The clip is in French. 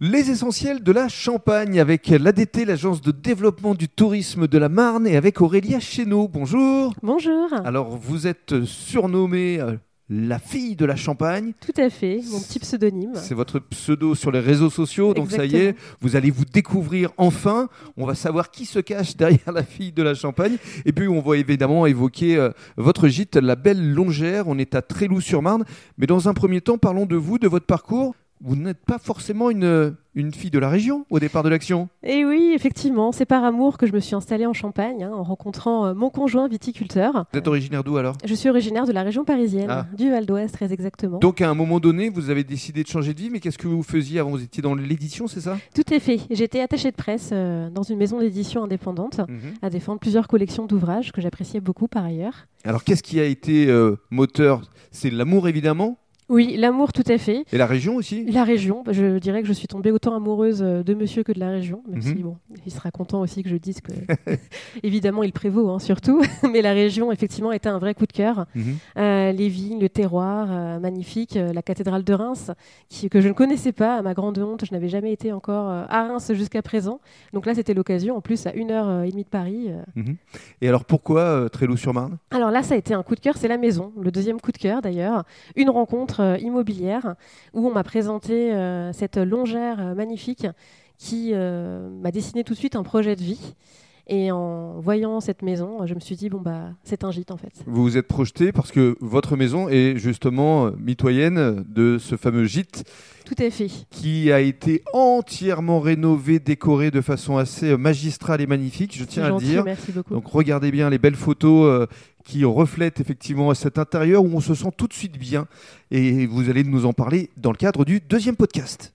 Les essentiels de la Champagne avec l'ADT, l'agence de développement du tourisme de la Marne, et avec Aurélia Chénaud. Bonjour. Bonjour. Alors, vous êtes surnommée euh, la fille de la Champagne. Tout à fait, mon petit pseudonyme. C'est votre pseudo sur les réseaux sociaux, donc ça y est, vous allez vous découvrir enfin. On va savoir qui se cache derrière la fille de la Champagne. Et puis, on va évidemment évoquer euh, votre gîte, la Belle Longère. On est à Tréloux-sur-Marne. Mais dans un premier temps, parlons de vous, de votre parcours vous n'êtes pas forcément une, une fille de la région au départ de l'action. Et oui, effectivement, c'est par amour que je me suis installée en Champagne hein, en rencontrant euh, mon conjoint viticulteur. Vous êtes originaire d'où alors Je suis originaire de la région parisienne, Ah. du Val d'Oise très exactement. Donc à un moment donné, vous avez décidé de changer de vie, mais qu'est-ce que vous faisiez avant Vous étiez dans l'édition, c'est ça Tout à fait, j'étais attachée de presse euh, dans une maison d'édition indépendante à défendre plusieurs collections d'ouvrages que j'appréciais beaucoup par ailleurs. Alors qu'est-ce qui a été euh, moteur C'est l'amour évidemment, Oui, l'amour tout à fait. et la région aussi La région, bah, je dirais que je suis tombée autant amoureuse euh, de monsieur que de la région, même Mhm. si bon, il sera content aussi que je dise que évidemment il prévaut hein, surtout, mais la région effectivement était un vrai coup de cœur. Mhm. Euh, les vignes, le terroir euh, magnifique, euh, la cathédrale de Reims, qui- que je ne connaissais pas, à ma grande honte, je n'avais jamais été encore euh, à Reims jusqu'à présent. Donc là, c'était l'occasion, en plus, à une heure euh, et demie de Paris. euh. Et alors pourquoi euh, Tréloux-sur-Marne Alors là, ça a été un coup de cœur, c'est la maison, le deuxième coup de cœur d'ailleurs, une rencontre euh, immobilière où on m'a présenté euh, cette longère euh, magnifique qui euh, m'a dessiné tout de suite un projet de vie. Et en voyant cette maison, je me suis dit, bon, bah, c'est un gîte en fait. Vous vous êtes projeté parce que votre maison est justement euh, mitoyenne de ce fameux gîte Tout à fait. qui a été entièrement rénové, décoré de façon assez euh, magistrale et magnifique, je C'est tiens à le gentil, dire. Merci beaucoup. Donc regardez bien les belles photos euh, qui reflètent effectivement cet intérieur où on se sent tout de suite bien. Et vous allez nous en parler dans le cadre du deuxième podcast.